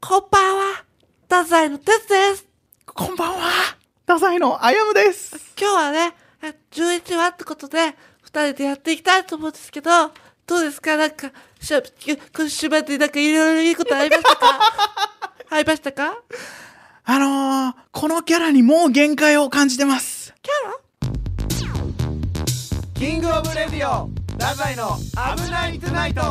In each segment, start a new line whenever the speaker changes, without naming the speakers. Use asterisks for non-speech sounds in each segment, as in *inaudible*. こんばんは、太宰の哲です。
こんばんは。ダサいのあやむです。
今日はね、え11話ってことで、二人でやっていきたいと思うんですけど、どうですかなんか、しゃ、き今週までなんかいろいろいいことありましたかありましたか
あのー、このキャラにもう限界を感じてます。
キャラ
キングオブレディオ、ダサいの危ないトゥナイト。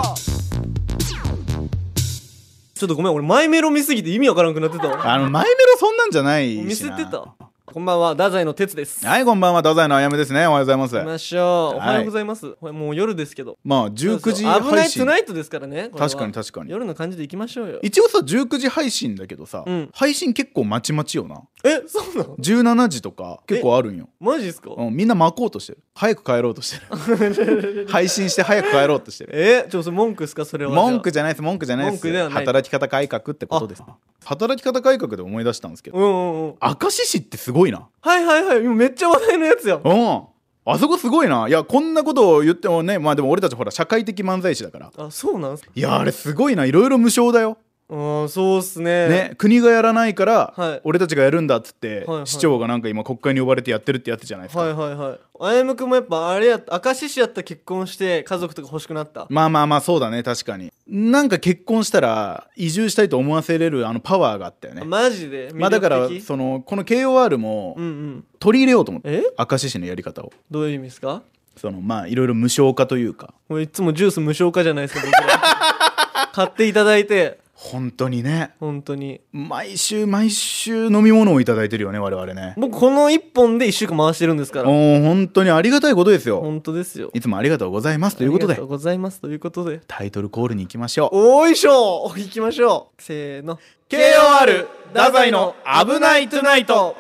ちょっとごめん、俺、マイメロ見すぎて意味わからなくなってたわ。
あの、マイメロそんなんじゃないしな
見せてた。こんばんは、太宰の哲です。
はい、こんばんは。ダサいのあやむですね。おはようございま
行き
す。
ましょう。お
はい
はようございます。これもう夜ですけど。
まあ、19時
そうそう危ない
配
ツ
信。
ナイトですからね。これは
確かに確かに
夜の感じで行きましょうよ。
一応さ、19時配信だけどさ、
うん
配信結構まちまちよな。
え、そうなの
17時とか結構あるんよ。
マジですか
うん、みんな巻こうとしてる。早く帰ろうとして
*laughs*
る。配信して早く帰ろうとしてる。
え、ちょ、それ文句ですかそれは。
文句
じ
じゃないです文句じゃないです
文句ではない
働き方改革ってことです働き方改革で思い出したんですけ
ゃあ。
ど
うんうんうん。
明石市ってすごいな
はいはいはい。今めっちゃ話題のやつや。
うんあそこすごいないやこんなことを言ってもねまあでも俺たちほら社会的漫才師だから
あ、そうなんすか
いやあれすごいないろいろ無償だよ、
うん、そうっすね。。
ね国がやらないから、
はい
俺たちがやるんだっつって、
はいはい
市長がなんか今国会に呼ばれてやってるってやつじゃないですか、
はいはいはい。あやむくんもやっぱあれやった、明石市やったら結婚して家族とか欲しくなった。
まあまあまあそうだね確かになんか結婚したら移住したいと思わせれるあのパワーがあったよね
マジで。
まあだから
魅力的
そのこの KOR も
うんうん。
取り入れようと思って
え
明石市のやり方を
どういう意味ですか
そのまあいろいろ無償化というか
もういつもジュース無償化じゃないですか僕ら
*laughs*
買っていただいて
本当にね
本当に
毎週毎週飲み物をいただいてるよね我々ね
僕この1本で1週間回してるんですから
もう本当にありがたいことですよ
本当ですよ
いつもありがとうございますということ
ありが
で
とうございますということで
タイトルコールに行きましょう
おいしょ行きましょうせーの
KOR 太宰の危ないトゥナイト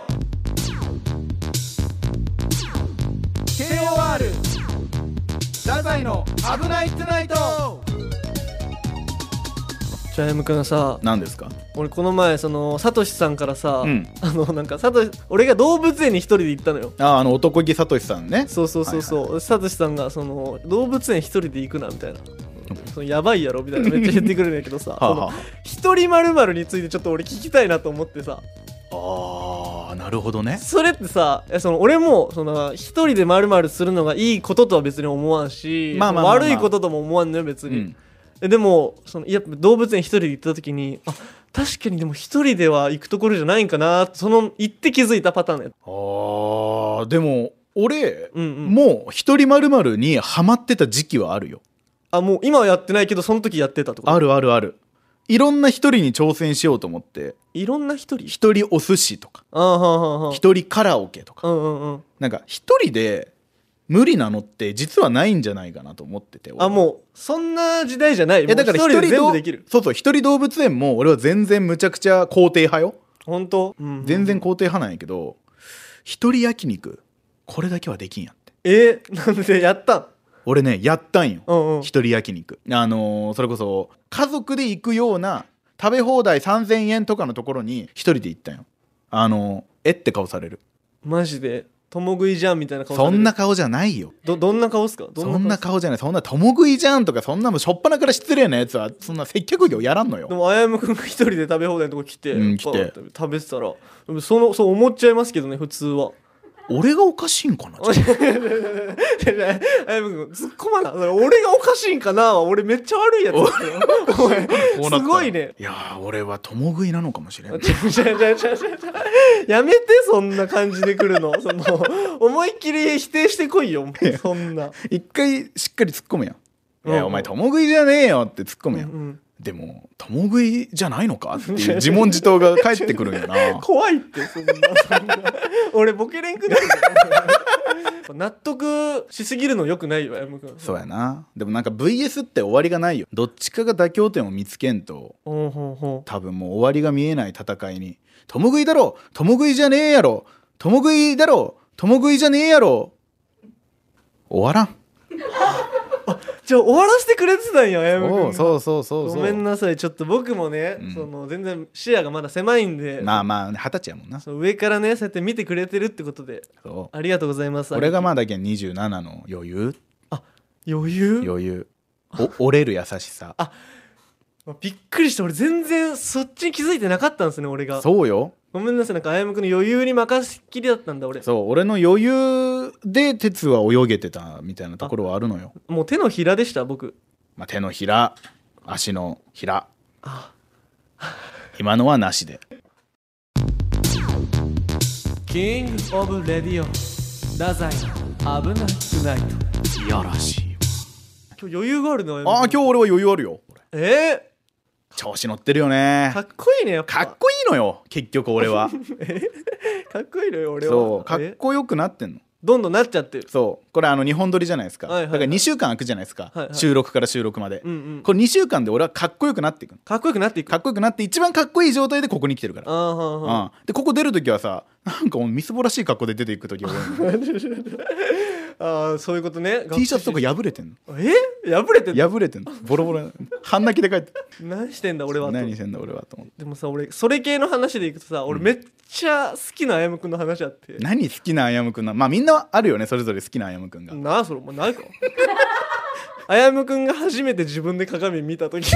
KOR 太宰の危ないトゥナイトジャイムくんさ
何ですか
俺この前そのサトシさんからさ、
うん
あのなんかサトシ俺が動物園に一人で行ったのよ
ああの男気さとしさんね
そうそうそうそう、サトシさんがその動物園一人で行くなみたいなそのやばいやろみたいなめっちゃ言ってくるんやけどさ
*laughs* はあはあ
その一人まるまるについてちょっと俺聞きたいなと思ってさ
ああなるほどね
それってさえその俺もその一人でまるまるするのがいいこととは別に思わんし、
まあまあまあまあ
悪いこととも思わんのよ別
う
に、
ん
えでもそのやっぱ動物園一人で行った時にあ確かにでも一人では行くところじゃないんかなその行って気づいたパターンだよ
あーでも俺、
うんうん
もう一人まるまるにハマってた時期はあるよ
あもう今はやってないけどその時やってたってこと
あるあるあるいろんな一人に挑戦しようと思って
いろんな一人
一人お寿司とか
あーはーはーはー
一人カラオケとか
うんうんうん
なんか一人で無理なのって実はないんじゃないかなと思ってて
あもうそんな時代じゃない
いやだから
も
一
う一人
人
で
ど
全
う
部できる
そうそう一人動物園も俺は全然むちゃくちゃ肯定派よ
本当、うんうん
全然肯定派なんやけど一人焼肉これだけはできんやって
えー、なんでやったん
俺ねやったんよ
うんうん
一人焼肉あのーそれこそ家族で行くような食べ放題3000円とかのところに一人で行ったんよあのーえって顔される
マジで共食いじゃんみたいな顔され
そ
る
んな顔じゃないよ
どどんな顔っすかど
そん
顔っ
な
すか
顔じゃないそんな共食いじゃんとかそんなもんしょっぱなから失礼なやつはそんな接客業やらんの
で
よ
もあやむくんが一人で食べ放題のとこ来て,、
うん来て
食べてたらでもそのそう思っちゃいますけどね普通は *laughs*
俺がおかしいんかなちょっと *laughs*
あやむくん突っ込まなそれ俺がおかしいんかなは俺めっちゃ悪いやつだよ *laughs*
こ
お前
うなったら
すごいね
いやー俺は共食いなのかもしれない
ちゃちゃちゃちゃちゃ *laughs* やめてそんな感じで来る
*laughs*
のその思いっきり否定してこいよそんな、
一回しっかり突っ込むやん「
うん
いやお前共食いじゃねえよ」って突っ込むやん、
うん
でも共食いじゃないのかっていう自問自答が返ってくるんやな *laughs*
怖いってそんなそんな俺ボケれんくなる *laughs* よ納得しすぎるのよくないよあやむくん
そうやなでもなんか VS って終わりがないよどっちかが妥協点を見つけんと
ほんほんほん
多分もう終わりが見えない戦いに「共食いだろ共食いじゃねえやろ共食いだろ共食いじゃねえやろ」終わらん
じゃあ終わらせてくれてたんやあやむくん
そ
が
うそうそうそうそう
ごめんなさいちょっと僕もね、
うん
その全然視野がまだ狭いんで、
まあまあ二十歳やもんな
その上からねそうやって見てくれてるってことで
そう
ありがとうございます
俺がまあだけん27の余裕
余裕
余裕お折れる優しさ
びっくりして俺全然そっちに気づいてなかったんですね俺が
そうよ
ごめんなさいなんかあやむくんの余裕に任せっきりだったんだ俺
そう俺の余裕で鉄は泳げてたみたいなところはあるのよ
もう手のひらでした僕
まあ、手のひら足のひら
あ
今のはなしで
キングオブレディオ太宰危なくない
いやらしい
今日余裕があるの
ああ今日俺は余裕あるよ
日え
調子乗ってるよ
ー、
ね
かっこいいねやっ
か
ぱ
っこいいのよ結局俺は
かっこいいのよ俺は
そうかっ
え
こよくなってんの
どんどんなっちゃってる
そうこれあの2本撮りじゃないですか、
はいはいはい
だから2週間空くじゃないですか、
はいはい
収録から収録まで、
うんうん
これ2週間で俺はかっこよくなっていくの
かっこよくなっていく
かっこよくなって一番かっこいい状態でここに来てるから、
ああはんはん
うんでここ出る時はさなんかもうみすぼらしい格好で出ていく時俺
ああそういうことね
T シャツとか破れてんの
え破れてる
破れて
*laughs*
んのボロボロ半泣きで帰って
何してんだ俺はと
何してんだ俺はと思って
でもさ俺それ系の話でいくとさ俺めっちゃ好きなあやむくんの話あって、
何好きなあやむくんなまあみんなあるよねそれぞれ好きなあやむくんが、
なあそれお前ないか *laughs* あやむくんが初めて自分で鏡見た時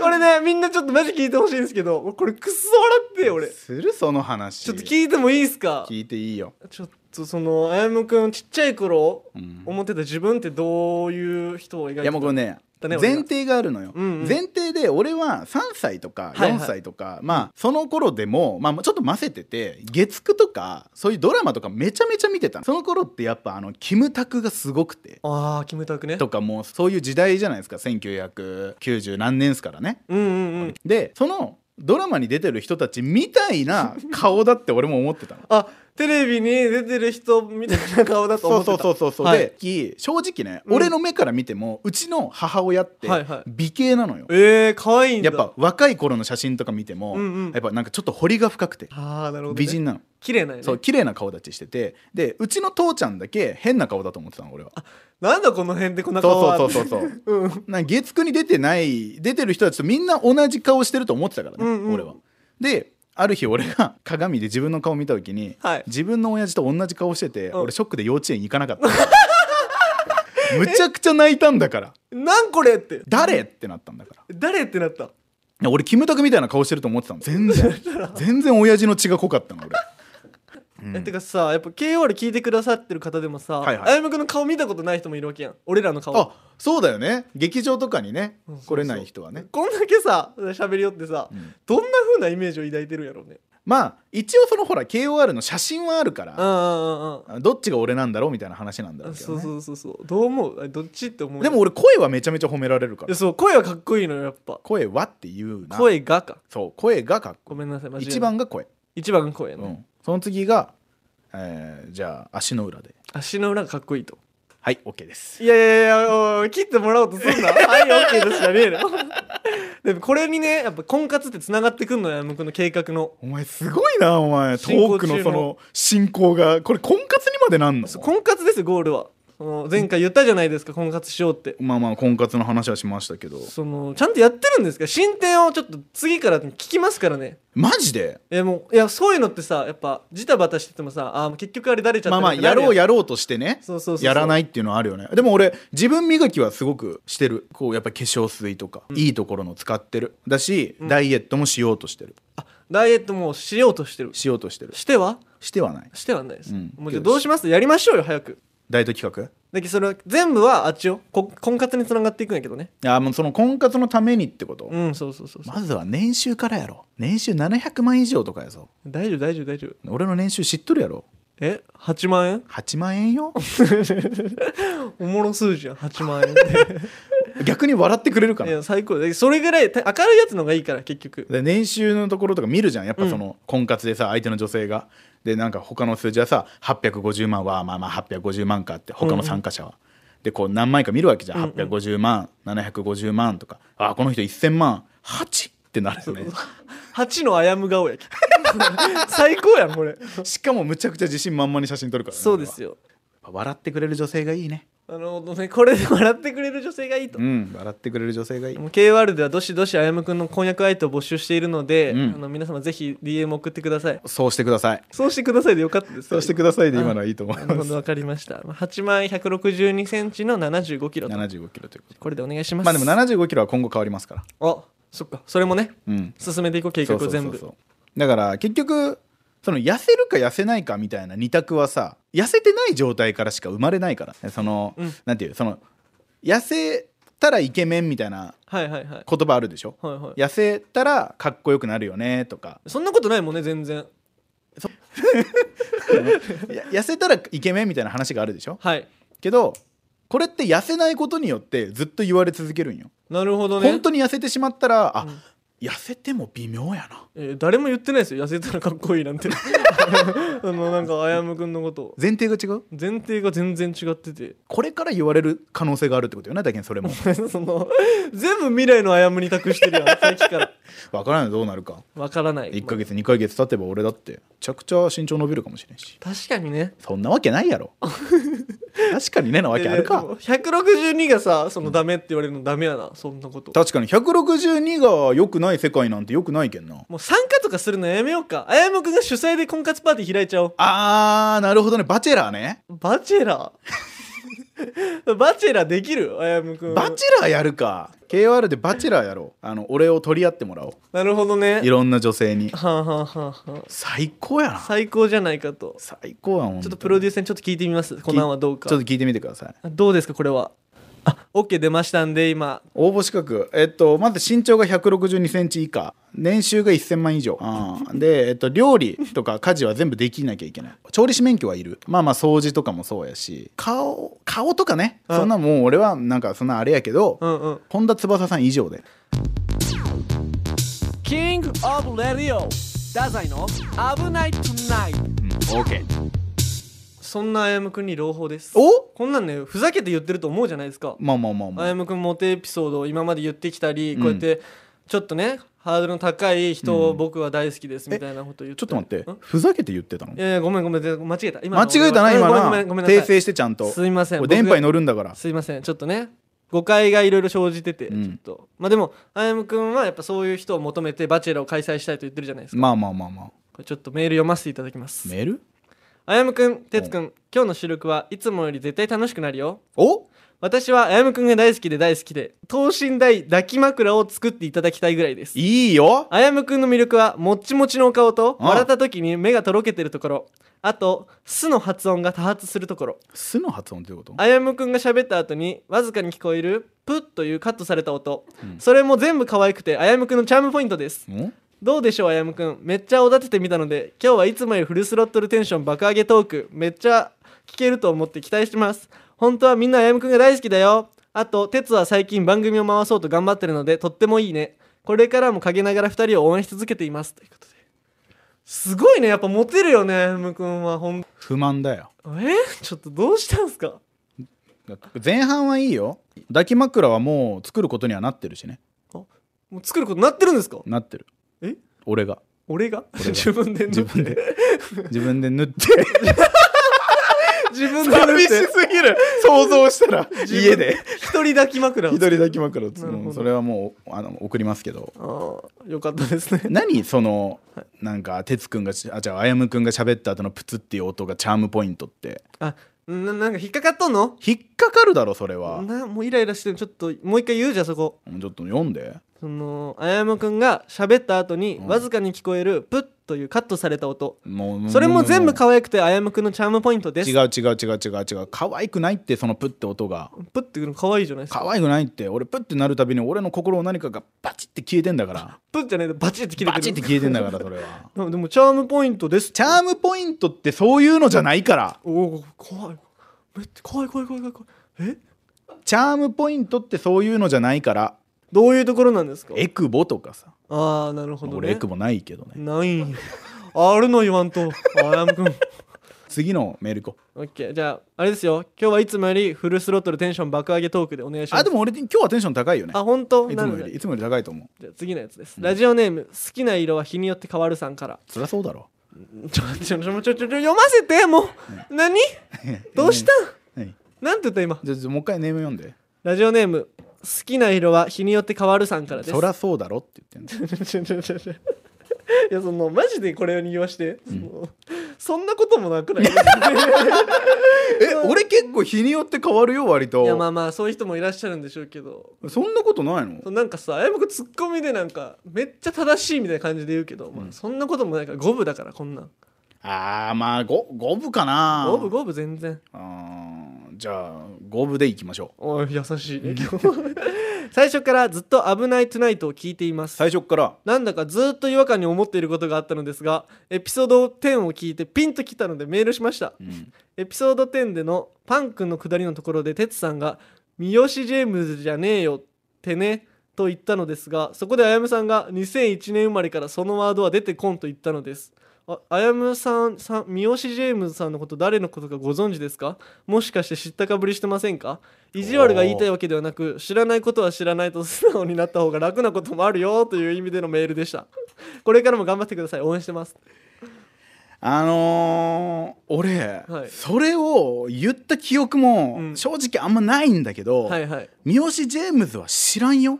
これねみんなちょっとマジ聞いてほしいんですけど俺これくっそ笑って俺ち
するその話
ょっと聞いてもいいですか
聞いていいよ、
ちょっとそのあやむくんちっちゃい頃
うん
思ってた自分ってどういう人を描いてた
いやもうこれね
だね俺
前
が
提があるのよ、
うんうん
前提で俺は3歳とか
はいはい
4歳とか、まあその頃でも、まあ、ちょっとませてて月9とかそういうドラマとかめちゃめちゃ見てたのその頃ってやっぱあのキムタクがすごくて
ああキムタクね
とかもうそういう時代じゃないですか1990何年ですからね
うんうんうん
でそのドラマに出てる人たちみたいな顔だって俺も思ってたの
あテレビに出てる人みたいな顔だと思
*laughs* そ
っ
う
て
そう
た
そうそうそう、
はい
でき正直ね、
うん
俺の目から見てもうちの母親って
はいはい
美形なのよ、
えー、可愛いんだ
やっぱ若い頃の写真とか見ても、
うんうん
やっぱなんかちょっと彫りが深くて、
ああなるほど、ね、
美人なの、
綺麗なんやね
そう綺麗な顔立ちしててでうちの父ちゃんだけ変な顔だと思ってたの俺は
なんだこの辺でこんな顔は
そうそうそうそう
う、うん、
なんか月9に出てない出てる人たちとみんな同じ顔してると思ってたからね、
うんうん
俺はである日俺が鏡で自分の顔見た時に、
はい
自分の親父と同じ顔してて、
うん
俺ショックで幼稚園行かなかったむちゃくちゃ泣いた *laughs* んだから
なんこれって
誰ってなったんだから
誰ってなった
いや俺キムタクみたいな顔してると思ってたの全然
*laughs*
全然親父の血が濃かったの俺
えてかさやっぱ KOR 聞いてくださってる方でもさ、
はいはい
あやむくんの顔見たことない人もいるわけやん俺らの顔
あそうだよね劇場とかにね
うんそうそ
来
う
れない人はね
こんだけさ喋りよってさ、
ん
どんな風なイメージを抱いてるんやろうね
まあ一応そのほら KOR の写真はあるか
うん
ら
うんうんうん
どっちが俺なんだろうみたいな話なんだろうけ
そ
ど
う
ね
そうそうそうどう思うあどっちって思う
でも俺声はめちゃめちゃ褒められるか
いや
ら
そう声はかっこいいのよやっぱ
声はっていうな
声がか
そう声がかっ
ご
こ
めんなさいマ
いい
ジ
一番が声、
一番が声やね、
うん、その次が、えーじゃあ足の裏で
足の裏がかっこいいと
はい OK です
いやいやいやおい、切ってもらおうとす
*laughs*
んな。はい、オッケーですじゃねえの。でもこれにね、やっぱ婚活って繋がってくんのよ、向こうの計画の。
お前すごいなお前ト
進行
ー
中
ク
の
のその進行がこれ婚活にまでなんの
そう婚活ですよ、ゴールは。その前回言ったじゃないですか、婚活しようって。
まあまあ婚活の話はしましたけど
その、ちゃんとやってるんですか進展をちょっと次から聞きますからね。
マジで
え、もう、いや、そういうのってさ、やっぱ、ジタバタしててもさ、あー結局あれ誰ちゃった
まあまあ
みたい
や
にな
ろう
るん
やろうとしてね
そうそうそう。。
やらないいっていうのはあるよねでも俺自分磨きはすごくしてるこうやっぱ化粧水とか、いいところの使ってるだし、ダイエットもしようとしてる
ダイエットもうしようとしてる。
しようとしてる
しては
してはない
してはないです。
うん
もうじゃあどうしますやりましょうよ、早く。
ダイエット企
だけどそれは全部はあっちよこ婚活につながっていくんやけどね
画あもうその婚活のためにってこと、
うんそうそうそうそう、
まずは年収からやろ年収700万以上とかやぞ
大丈夫大丈夫大丈夫
俺の年収知っとるやろ
え8万円
8万円
*laughs*
よ
おもろ数字
*laughs*
やん8万円って
逆に笑ってくれるか
い
な
や最高だけどそれぐらいた明るいやつのがいいから結局
で年収のところとか見るじゃんやっぱその婚活でさ相手の女性がでなんか他の数字はさ850万はまあまあ850万かって他の参加者は、でこう何枚か見るわけじゃん、850万750万とかあーこの人1000万8ってなるよね
8のあやむ顔やき *laughs* 最高やんこれ
しかもむちゃくちゃ自信満々に写真撮るからね、
そうですよ
俺は笑ってくれる女性がいいね
あのねこれで笑ってくれる女性がいいと
う。ん笑ってくれる女性がいい
もう K ワールドではどしどしあやむくんの婚約相手を募集しているので、
うん
あの皆様ぜひ DM 送ってください
そうしてください
そうしてくださいでよかったです
そうしてくださいで今のはいいと思い
なる
ま
ほ
す
どわかりましたまあ8枚1 6 2ンチの7 5キロと
75キロということで
これでお願いします
まあでも75キロは今後変わりますから
あそっかそれもね
うん
進めていこう計画を全部
うだから結局その痩せるか痩せないかみたいな二択はさ痩せてない状態からしか生まれないからその、
うん
なんていうその痩せたらイケメンみたいな
はいはいはい
言葉あるでしょ
はいはい
痩せたらかっこよくなるよねとか
そんなことないもんね全然
や痩せたらイケメンみたいな話があるでしょ
はい
けどこれって痩せないことによってずっと言われ続けるんよ、
なるほどね
本当に痩せてしまったらあ、
うん
痩せても微妙やな
えー誰も言ってないですよ痩せたらかっこいいなんて *laughs* あのなんかあやむくんのこと
前提が違う
前提が全然違ってて *laughs*
これから言われる可能性があるってことよねだけにそれも
その全部未来のあやむに託してるやんさっきから
わからないどうなるか
わから
*laughs*
ない
1ヶ月2ヶ月経てば俺だってめちゃくちゃ身長伸びるかもしれんし
確かにね
そんなわけないや
*laughs*
ろ確かにねなわけある
いやい
か
やでも162がさそのダメって言われるのダメやなそんなこと
確かに162が良くない世界なんて良くないけんな
もう参加とかするのやめようかあやむくんが主催で婚活パーティー開いちゃおう
あーなるほどねバチェラーね
バチェラーバチェラーできるあやむくん
バチェラーやるか KR でバチェラーやろうあの俺を取り合ってもらおう
なるほどね
いろんな女性に
はあ、はあはあはあ、
最高やな
最高じゃないかと
最高やもん
ちょっとプロ
デ
デューサーにちょっと聞いてみますこんなんはどうか
ちょっと聞いてみてください
どうですかこれはあ OK 出ましたんで今
応募資格、えっと、まず身長が1 6 2センチ以下年収が1000万以上あーで、えっと、料理とか家事は全部できなきゃいけない調理師免許はいるまあまあ掃除とかもそうやし顔顔とかね
うん
そんなもう俺はなんかそんなあれやけど、
うんうん
本田翼さん以上で
キングオブレディオダザイの危ないトゥナイト
うん OK
そんなあやむくんに朗報です
お
こんなんねふざけて言ってると思うじゃないですか
まあまあまあま
あ
あ
やむくんモテエピソードを今まで言ってきたり、
うん
こうやってちょっとねハードルの高い人
う
を
ん
僕は大好きですみたいなこと言って
ちょっと待って
ん
ふざけて言ってたの
いやいやごめんごめんで間違えた今
間
の
違えたな今
ご
な
めんごめんごめんなさい
訂正してちゃんと
すいません
これ電波に乗
僕
るんだから
がすいませんちょっとね誤解がいろいろ生じてて、
うん
ちょっとまあでもあやむくんはやっぱそういう人を求めてバチェラーを開催したいと言ってるじゃないですか
まあまあまあまあ
これちょっとメール読ませていただきます
メール
あやむくんてつくん今日の収録はいつもより絶対楽しくなるよ
お
私はあやむくんが大好きで大好きで等身大抱き枕を作っていただきたいぐらいです
いいよ
あやむくんの魅力はもっちもちのお顔と
うん
笑った時に目がとろけてるところあと「す」の発音が多発するところ
すの発音ってこと
あやむくんが喋った後にわずかに聞こえる「プッ」というカットされた音、
うん
それも全部可愛くてあやむくんのチャームポイントです
うん
どうでしょうあやむくんめっちゃおだててみたので今日はいつもよりフルスロットルテンション爆上げトークめっちゃ聞けると思って期待してます本当はみんなあやむくんが大好きだよあと哲は最近番組を回そうと頑張ってるのでとってもいいねこれからも陰ながら2人を応援し続けていますということですごいねやっぱモテるよねあやむくんはほん
不満だよ
えちょっとどうしたんすか
前半はいいよ抱き枕はもう作ることにはなってるしね
もう作ることになってるんですか
なってる
え
俺が
俺が
が
自分で
自
自
分で
分で
自分で縫って
自分で
寂し
塗って
すぎる想像したら
分
家
*laughs*
で
一人抱き枕を
左抱き枕をつ
なるほど
うんそれはもうあの送りますけど
ああよかったですね
何そのなんか哲くんがしあじゃあ歩夢くんが喋った後のプツっていう音がチャームポイントって
あななんか引っかかっとんの
引っかかるだろそれは
なもうイライラしてるちょっともう一回言うじゃんそこ
うんちょっと読んで
そのあやむくんが喋った後に
うん
わずかに聞こえるプッというカットされた音
もう
それも全部可愛くてあやむくんのチャームポイントです
違う違う違う違う違う可愛くないってそのプって音が
プッっていうの可愛いじゃないですか
可愛くないって俺プッてなるたびに俺の心の何かがバチって消えてんだから
プッじゃないと *laughs* バチって切れて
バ
る
チって消えてんだからそれは
あ *laughs* でもチャームポイントです
チャームポイントってそういうのじゃないから
おお怖いめっちゃ怖い怖い怖い怖い怖いえ
チャームポイントってそういうのじゃないから
どういうところなんですか
エクボとかさ、
ああなるほどね
俺エクボないけどね
ないんよあるの言わんとあやむくん
次のメール行こう
オッケーじゃああれですよ今日はいつもよりフルスロットルテンション爆上げトークでお願いします
あでも俺今日はテンション高いよね
あ本当
いつ
な
も
の
よ
で
りいつもより高いと思う
じゃあ次のやつです、ラジオネーム好きな色は日によって変わるさんから
そりゃそうだろ *laughs*
ちょちょちょちょちょちょ読ませてもう、何どうしたん
何
なんて言った今
じゃあじゃあもう一回ネーム読んで
ラジオネーム好きな色は日によって変わるさんからです
そらそうだろって言
*laughs*
ってんの
ちょちょちょ *laughs* ちょいやそのマジでこれに言わして、そのそんなこともな
*laughs*
くない
え俺結構日によって変わるよ割と
いやまあまあそういう人もいらっしゃるんでしょうけど
そんなことないの
そうなんかさあやむくツッコミでなんかめっちゃ正しいみたいな感じで言うけど、まあ、そんなこともないから五分だからこんなん
あーまあご五分かな
五分五分全然
うんじゃあ五分でいきましょう
おい優しいね今日 *laughs* 最初からずっと「危ないトゥナイト」を聞いています
最初っから
なんだかずっと違和感に思っていることがあったのですがエピソード10を聞いてピンときたのでメールしました
うん
エピソード10でのパン君の下りのところで哲さんが「三好ジェームズじゃねえよってね」と言ったのですがそこであやむさんが2001年生まれからそのワードは出てこんと言ったのですああやむさんさん三好ジェームズさんのこと誰のことかご存知ですかもしかして知ったかぶりしてませんか意地悪が言いたいわけではなく知らないことは知らないと素直になった方が楽なこともあるよという意味でのメールでしたこれからも頑張ってください応援してます
あのー俺、
はい
それを言った記憶
う
も
ん
正直あんまないんだけど、
はいはい
三好ジェームズは知らん
*laughs*
よ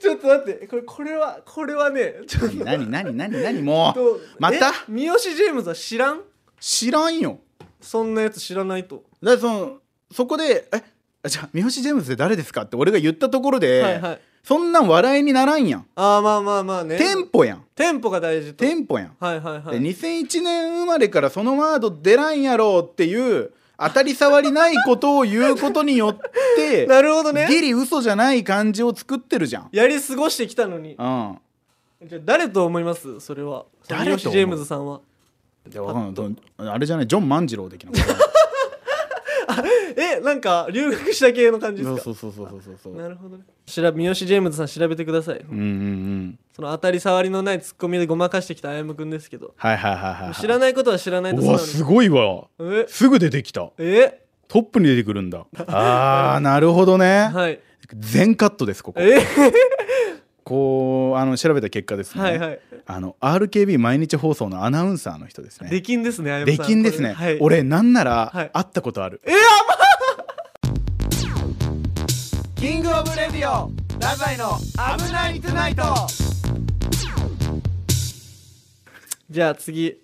ちょっと待ってこれこれはこれはねちょっと
何何何何も
と
うまた
え三好ジェームズは知らん
知らんよ
そんなやつ知らないと、
だからそのそこで「えあじゃあ三好ジェームズって誰ですか?」って俺が言ったところで、
はいはい
そんなん笑いにならんやん
ああまあまあまあね
テンポやん
テンポが大事と
テンポやん、
はいはいはい
で2001年生まれからそのワード出らんやろうっていう当たり障りないことを言うことによって
*laughs* なるほどね
ギリ嘘じゃない感じを作ってるじゃん、
やり過ごしてきたのに
うん
じゃあ誰と思いますそれはその
誰と思う
三好ジェームズさんは
でわかんないどんあれじゃないジョン万次郎的な
*laughs* えなんか留学した系の感じです
そう
か
そうそうそうそうそう
なるほどね調べ三好ジェームズさん調べてください、
うんうんうん
その当たり障りのないツッコミでごまかしてきたあやむくんですけど
はいはいはいはい、はい、
知らないことは知らないと
うわす
に
ごいわ
え
すぐ出てきた
え
トップに出てくるん
*laughs*
だあーなるほどね、
はい
全カットですここ
え
こうあの調べた結果ですね、
はいはい
あの RKB 毎日放送のアナウンサーの人ですね
出禁ですねあやむ
で
さん
きんですね、
これはい、
俺なんな
はい
ら会ったことある、
キングオブレディオラザイの危ないトゥナイトじゃあ次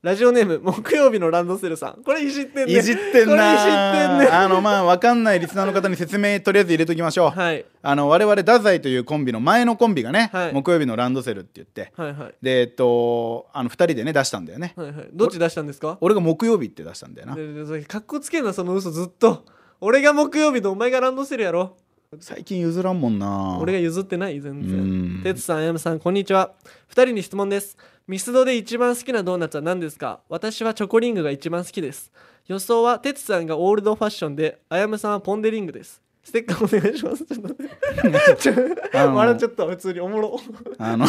ラジオネーム木曜日のランドセルさんこれいじってんね
いじってん
これいじ
な
ってんね
あのまあ分かんないリスナーの方に説明とりあえず入れときましょう、
はい
あの我々太宰というコンビの前のコンビがね、
はい
木曜日のランドセルって言って
はいはい
でえっとあの2人でね出したんだよね、
はいはいどっち出したんですか
俺が木曜日って出したんだよな
でででかっこつけんなその嘘ずっと俺が木曜日のお前がランドセルやろ
最近譲らんもんな
俺が譲ってない全
う
然
ん
てつさんあやむさんこんにちは2人に質問ですミスドで一番好きなドーナツは何ですか私はチョコリングが一番好きです予想はてつさんがオールドファッションであやむさんはポンデリングですステッカーお願いしますちょっと待って
*laughs*
ちょ
あの
笑っちゃった普通におもろ
あの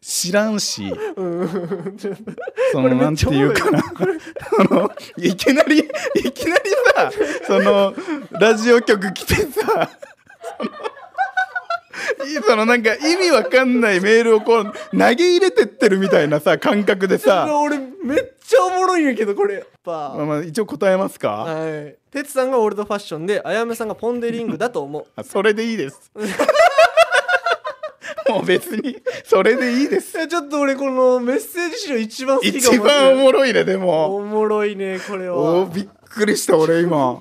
知らんしそのなんていうかなあのいきなりいきなりさそのラジオ局来てさそのいそのなんか意味わかんないメールをこう投げ入れてってるみたいなさ感覚でさ、
俺めっちゃおもろいんやけどこれやっぱ
まあ、まあ一応答えますか
はいてつさんがオールドファッションであやむさんがポンデリングだ
*laughs*
と思う
あそれでいいです *laughs* もう別にそれでいいです
いやちょっと俺このメッセージ資料一番好きかも
一番お
い
もろいねでも
おもろいねこれは
おーびっくりした俺今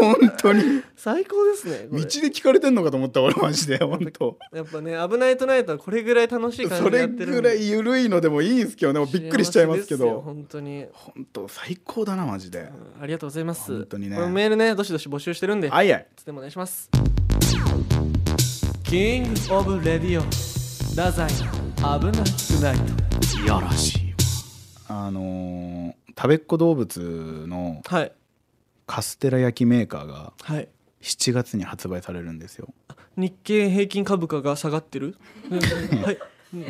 本当に
最高ですねこ
道
れ
で聞かれてんのかと思った俺マジで本当
やっぱね「危ないトゥナイト」はこれぐらい楽しい感じ
そ
でや
れ
ってるんで
ぐらい緩いのでもいいんすけどねもうびっくりしちゃいますけ
幸せでよ
ど
本当に
本当最高だなマジで
ありがとうございます
本当にね
このメールねどしどし募集してるんで、
あ
い、
いあい
つでもお願いしますキングオブレディオ太宰の危ないトゥナイ
いやらしいわあのーたべっ子動物の
トはい
カステラ焼きメーカーが
はい
7月に発売されるんですよ
日経平均株価が下がっ
*laughs*
てるはい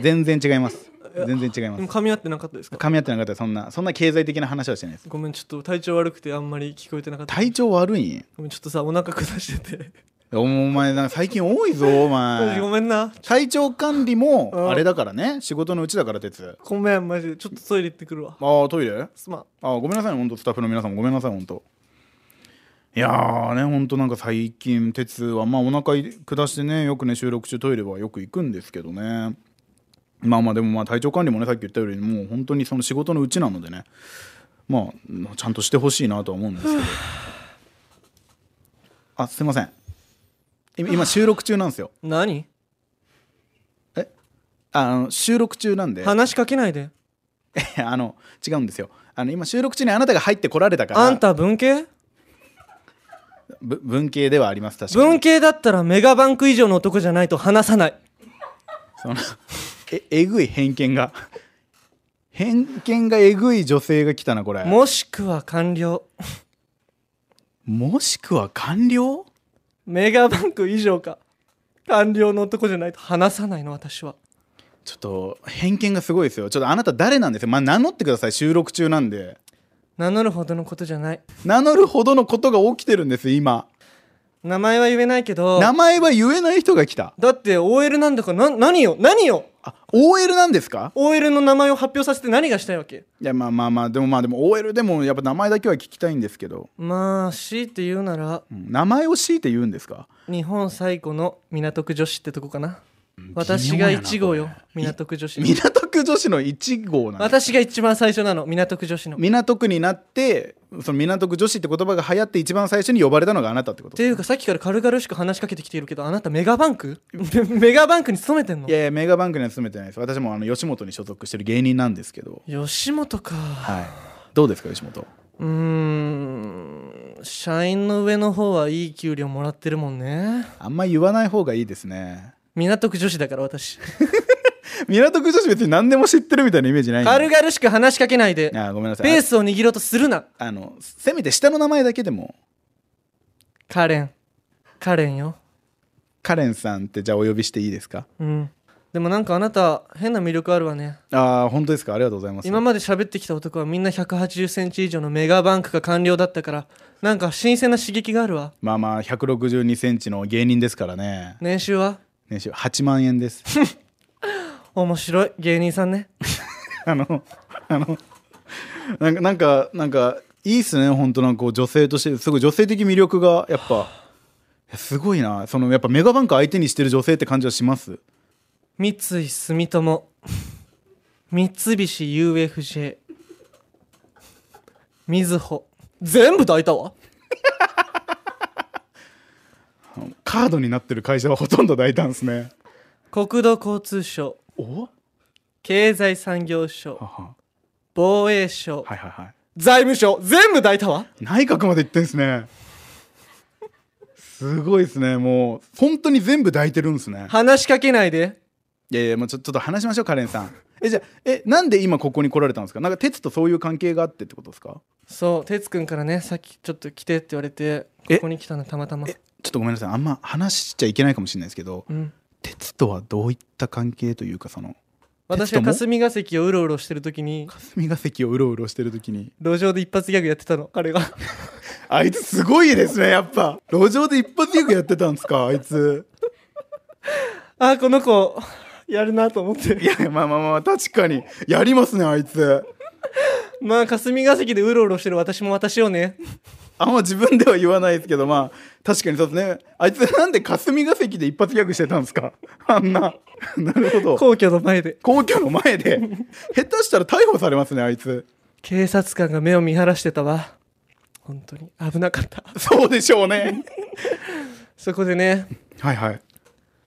全然違います全然違い
でも
ます
噛み合ってなかったですか
噛み合ってなかったらそんなそんな経済的な話はしてないです
ごめんちょっと体調悪くてあんまり聞こえてなかった
体調悪いん
ごめんちょっとさお腹下してて
お前なんか最近多いぞお前
*laughs* ごめんな
体調管理も
うん
あれだからね仕事のうちだから鉄
ごめんマジでちょっとトイレ行ってくるわ
ああトイレ
すまん
あーごめんなさい本当スタッフの皆さんもごめんなさい本当いやーね本当なんか最近鉄はまあお腹い下してねよくね収録中トイレはよく行くんですけどねまあまあでもまあ体調管理もねさっき言ったよりもう本当にその仕事のうちなのでねまあちゃんとしてほしいなとは思うんですけどあすいません今今収録中なんですよ
何
ああの収録中なんで
話しかけないで
*laughs* あの違うんですよあの今収録中にあなたが入ってこられたから
あんた文系
ぶ文系ではあります確かに
文系だったらメガバンク以上の男じゃないと話さない
そのええぐい偏見が偏見がえぐい女性が来たなこれも
もしくは官僚
しくは官僚
*laughs* メガバンク以上か官僚の男じゃないと話さないの私は
ちょっと偏見がすごいですよちょっとあなた誰なんですよ、まあ、名乗ってください収録中なんで
名乗るほどのことじゃない
名乗るほどのことが起きてるんです今
名前は言えないけど
名前は言えない人が来た
だって OL なんだからな何よ何よ
あ OL なんですか
OL の名前を発表させて何がしたいわけ
いやまあまあまあでもまあでも OL でもやっぱ名前だけは聞きたいんですけど、
まあ強いて言うなら
うん名前を強いて言うんですか
日本最古の港区女子ってとこかな
うん
私が
微妙やな
1号よ
これ
港区女子
港区女子の1号なんです
私が一番最初なの港区女子のっ
港区になってその港区女子って言葉が流行って一番最初に呼ばれたのがあなたってこと
ていうかさっきから軽々しく話しかけてきているけどあなたメガバンク *laughs* メガバンクに勤めてんの
いやいやメガバンクには勤めてないです私もあの吉本に所属してる芸人なんですけど
吉本か
はいどうですか吉本
うーん社員の上の方はいい給料もらってるもんね
あんま言わない方がいいですね
港区女子だから私
港区女子別に何でも知ってるみたいなイメージないんで
軽々しく話しかけないで
あごめんなさい
ペースを握ろうとするな
ああのせめて下の名前だけでも
カレンカレンよ
カレンさんってじゃあお呼びしていいですか
うんでもなんかあなた変な魅力あるわね
ああ本当ですかありがとうございます
今まで喋ってきた男はみんな1 8 0センチ以上のメガバンクが官僚だったからなんか新鮮な刺激があるわ
まあまあ1 6 2ンチの芸人ですからね
年収は
年収8万円です *laughs*
面白い芸人さんね
あの、あの、なんか、なんか、なんか、いいっすね、本当なんかこう女性として、すごい女性的魅力が、やっぱ、いやすごいな、その、やっぱメガバンク相手にしてる女性って感じはします。
三井住友三菱 UFJ みずほ全部抱いたわ
カードになってる会社はほとんど大胆ですね。
国土交通省
おは
経済産業省
は
防衛省
はいはいはい。
財務省全部抱いたわ
内閣まで行ってんすね。すごいですね、もう、本当に全部抱いてるんですね。
話しかけないで
いやいや、もうちょちょっと話しましょう、カレンさん。え、じゃあえ、なんで今ここに来られたんですかなんか、鉄とそういう関係があってってことですか
そう哲くんからねさっきちょっと来てって言われてこ
え
こに来たのたまたま
ちょっとごめんなさいあんま話しちゃいけないかもしれないですけど
うん
鉄とはどういった関係というかその
私が
哲人
霞が関をうろうろしてる時に
霞が関をうろうろしてる時に
路上で一発ギャグやってたの彼が
あいつすごいですねやっぱ路上で一発ギャグやってたんですかあいつ
*laughs* あーこの子やるなと思って
いやいやまあまあまあ確かにやりますねあいつ
まあ霞が関でうろうろしてる私も私をね
あんま自分では言わないですけどまあ確かにそうですねあいつなんで霞が関で一発ギャグしてたんですかあんななるほど
皇居の前で
皇居の前 *laughs* で下手したら逮捕されますねあいつ
警察官が目を見晴らしてたわ本当に危なかった
そうでしょうね
そこでね
はいはい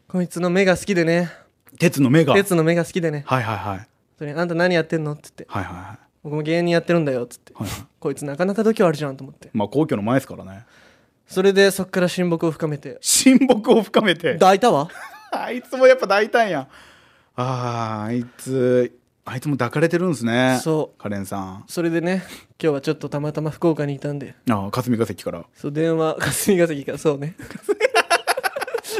こいつの目が好きでね
鉄の目が
哲の目が好きでね
はいはいはい
それあんた何やってんのって言って
はいはいはい
僕も芸人やってるんだよっつって
はいはい
こいつなかなか度胸あるじゃんと思って
まあ皇居の前ですからね
それでそっから親睦を深めて
親睦を深めて
抱いたわ
あいつもやっぱ大胆やあーあいつあいつも抱かれてるんですね
そう
カレンさん
それでね今日はちょっとたまたま福岡にいたんで
ああ霞が関から
そう電話霞が関からそう
*laughs*
ね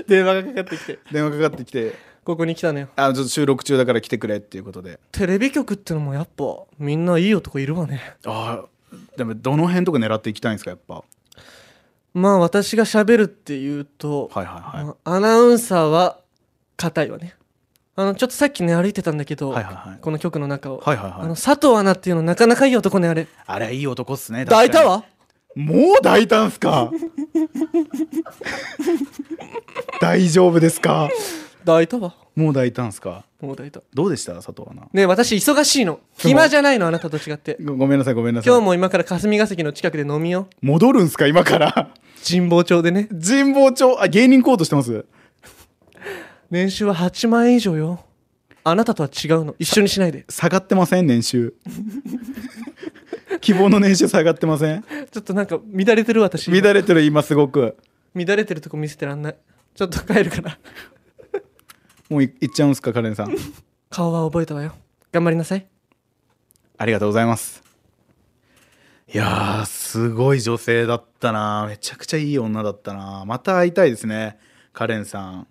電話がかかってきて
電話かかってきて
ここに来たのよ
あちょっと収録中だから来てくれっていうことで
テレビ局ってのもやっぱみんないい男いるわね
ああでもどの辺とか狙っていきたいんですかやっぱ
まあ私が喋るっていうと、
はいはいは
まあアナウンサーは硬いわねあのちょっとさっきね歩いてたんだけど、
はいはいはい
この局の中を、
いはいはい
あ
は
の
い
佐藤アナっていうのなかなかいい男ねあれ
あれいい男っすね
抱いたわ
もう抱いたんす
*laughs*
か大丈夫ですか
抱いたわ
もう抱いたんすか
もう抱いた
どうでした佐藤アナ
ねえ私忙しいの暇じゃないのあなたと違って
ごごめんなさいごめんなさい
今日も今から霞が関の近くで飲みよう
戻るんすか今から
神保町でね
*laughs* 神保町あ芸人コートしてます
年収は8万円以上よあなたとは違うの一緒にしないで
下がってません年収 *laughs* 希望の年収下がってません
ちょっとなんか乱れてる私
乱れてる今すごく
乱れてるとこ見せてらんないちょっと帰るから
もういいっちゃうんすかカレンさん *laughs*
顔は覚えたわよ頑張りなさい
ありがとうございますいやーすごい女性だったなめちゃくちゃいい女だったなまた会いたいですねカレンさん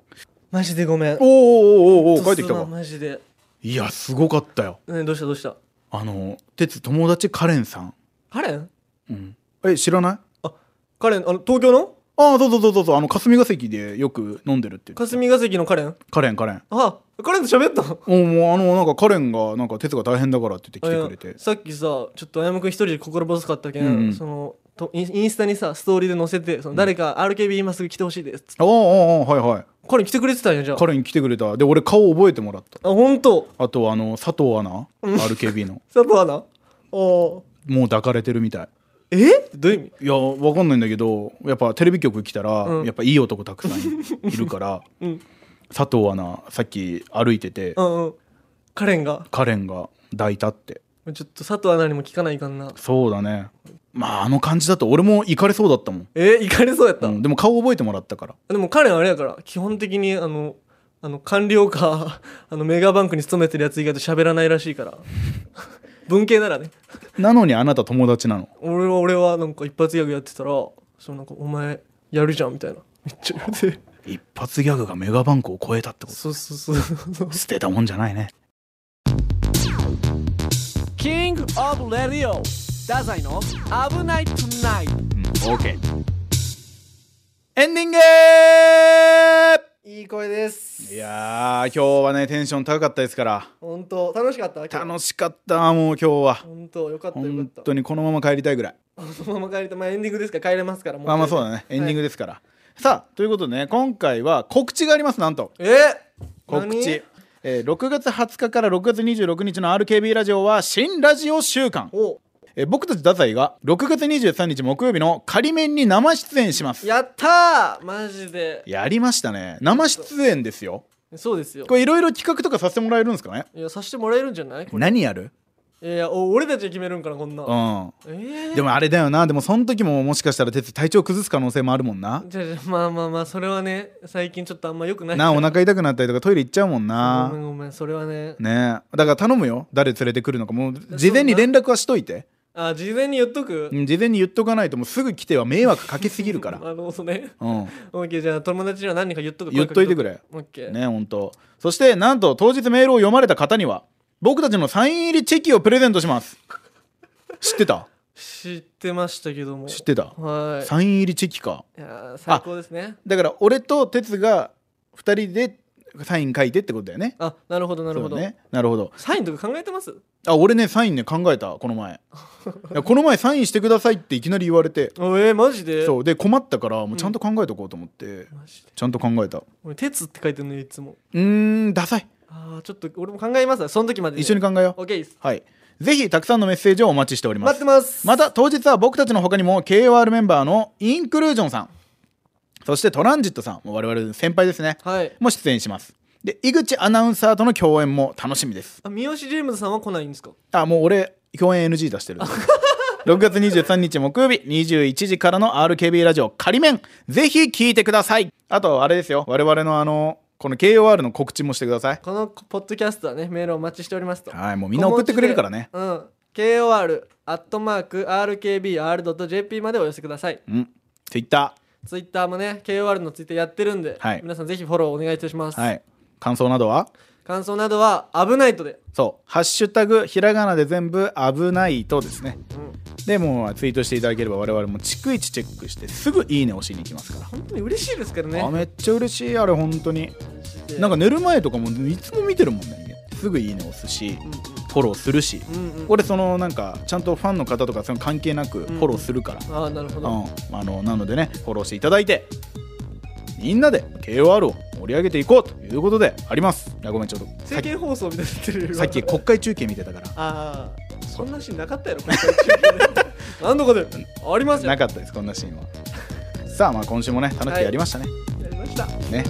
マジでごめ
お
ん
おおーおーおーおー帰ってきた
すまん
か
マジで、
いやすごかったよ
ね、どうしたどうした
あの鉄友達カレンさん、
カレン
うん、え知らない
あカレンあの東京の
ああそうそうそうそうそうあの霞が関でよく飲んでるって言ってた
霞が関のカレン
カレンカレン
あカレンと喋 *laughs* った
おうもうあのなんかカレンがなんか鉄が大変だからって言って来てく
い
れ
や
て
さっきさちょっとあやむくん一人で心細かったけん、
うんうん
そのとインインスタにさストーリーで載せてその誰か RKB 今すぐ来てほしいですっつって
ああああはいはい
カレン来てくれてたんやじゃあ
カレン来てくれたで俺顔覚えてもらった
あ本当
あとあの佐藤アナ RKB
*laughs*
の
佐藤アナお
もう抱かれてるみたい
えどういう意味
いやわかんないんだけどやっぱテレビ局来たら、
うん
やっぱいい男たくさんいいるから、
*laughs* うん
佐藤アナさっき歩いてて、
うんうんカレンが
カレンが抱いたって
ちょっと佐藤アナにも聞かないかんな
そうだねまああの感じだと俺も行かれそうだったもん、
え行かれそうやった、
うんでも顔覚えてもらったから
でもカレンあれやから基本的にあのあの官僚か *laughs* あのメガバンクに勤めてるやつ以外と喋らないらしいから *laughs* 文系ならね
なのにあなた友達なの
俺は俺はなんか一発ギャグやってたらそのなんかお前やるじゃんみたいなめっちゃ言われて
一発ギャグがメガバンクを超えたってこ
そうそうそうそう
と捨てたもんじゃないね
キングオブレディオダザイの危ないトゥナイト
うん OK エンディング
いい声です
いやー今日はねテンション高かったですから
本当楽しかった今日
楽しかったもう今日は
本当よかったよかっ
本
た
当にこのまま帰りたいぐらい
そのまま帰りたまあエンディングですから帰れますからも
まあまあそうだねエンディングですから、さあということでね今回は告知がありますなんと
え
告知
何、
えー6月20日から6月26日の RKB ラジオは新ラジオ週間、
お
えー僕たち太宰が6月23日木曜日の仮面に生出演します
やったーマジで
やりましたね生出演ですよ
そうですよ
これいろいろ企画とかさせてもらえるんですかね
いやさしてもらえるんじゃないこれ
何やる
いやいやお俺たちで決めるんかなこんな
う
え
ん
えー、
でもあれだよなでもその時ももしかしたら鉄体調崩す可能性もあるもんな
じゃあじゃあまあまあまあそれはね最近ちょっとあんま良くない
なお
な
腹痛くなったりとかトイレ行っちゃうもん
ごめ
なん
ごめんそれはね
ねえだから頼むよ誰連れてくるのかもう事前に連絡はしといて
あ事前に言っとく、
うん事前に言っとかないともうすぐ来ては迷惑かけすぎるから
あのそうね
*laughs* うん
オッケーじゃあ友達には何人か言っとく
言っといてく
れ
れ
オッケー、
ね本当そしてなんと当日メールを読まれた方には僕たちのサイン入りチェキをプレゼントします知ってた
知ってましたけども
知ってた
はー
サイン入りチェキか
いいやー最高ですね
だから俺と哲が2人でサイン書いてってことだよね
あなるほどな
な
るほど、
ね、なるほど
サインとか考えてます
あ俺ねサインね考えたこの
*laughs*
前いやこの前サインしてくださいっていきなり言われて
おえー、マジで
そうで困ったからもうちゃんと考えとこうと思って、
マジで
ちゃんと考えたう
俺「鉄」って書いてるのよいつも
ーんダサい
ああちょっと俺も考えますわその時まで
一緒に考えよう
オッケーです
はいぜひたくさんのメッセージをお待ちしております
待ってます
また当日は僕たちの他にも KOR メンバーのインクルージョンさんそしてトランジットさんもう我々の先輩ですね
はい
も出演しますで井口アナウンサーとの共演も楽しみです
あ三好ジェームズさんは来ないんですか
あもう俺共演 NG 出してる6月23日木曜日21時からの RKB ラジオ仮面ぜひ聞いてくださいあとあれですよ我々のあのこの KOR の告知もしてください
このポッドキャストはねメールをお待ちしておりますと
はいもうみんな送ってくれるからね
小文字でうん KOR アットマーク RKBR.jp までお寄せください
うん Twitter
ツイッターもね KOR のツイッターやってるんで、
はい
皆さんぜひフォローお願いいたします、
はい感想などは
感想などは「危ないとで
そう「ハッシュタグひらがなで全部危ないと」ですね、でもうツイートしていただければ我々も逐一チェックしてすぐいいね押しに行きますから、
本当に嬉しいですから
あ
ね
めっちゃ嬉しいあれ本当になんか寝る前とかもいつも見てるもんねすぐいいね押すしフォローするし、
うんうん
俺そのなんかちゃんとファンの方とかその関係なくフォローするから、
ああなるほど
うん、あのなのでねフォローしていただいてみんなで KOR を盛り上げていこうということでありますいやごめんちょっとさっ
政
き
見放送みたいになってるよ
さっき国会中継見てたから
ああそんなシーンなかったやろ国
*laughs*
会中継何度かでありますよ
なかったですこんなシーンはさあまあ今週もね楽しくやりましたね、
やりました
ね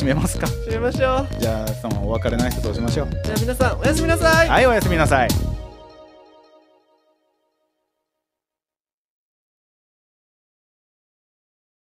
締めますか
締めましょう
じゃあそのお別れの挨拶をしましょう
じゃあ皆さんおやすみなさい
はいおやすみなさい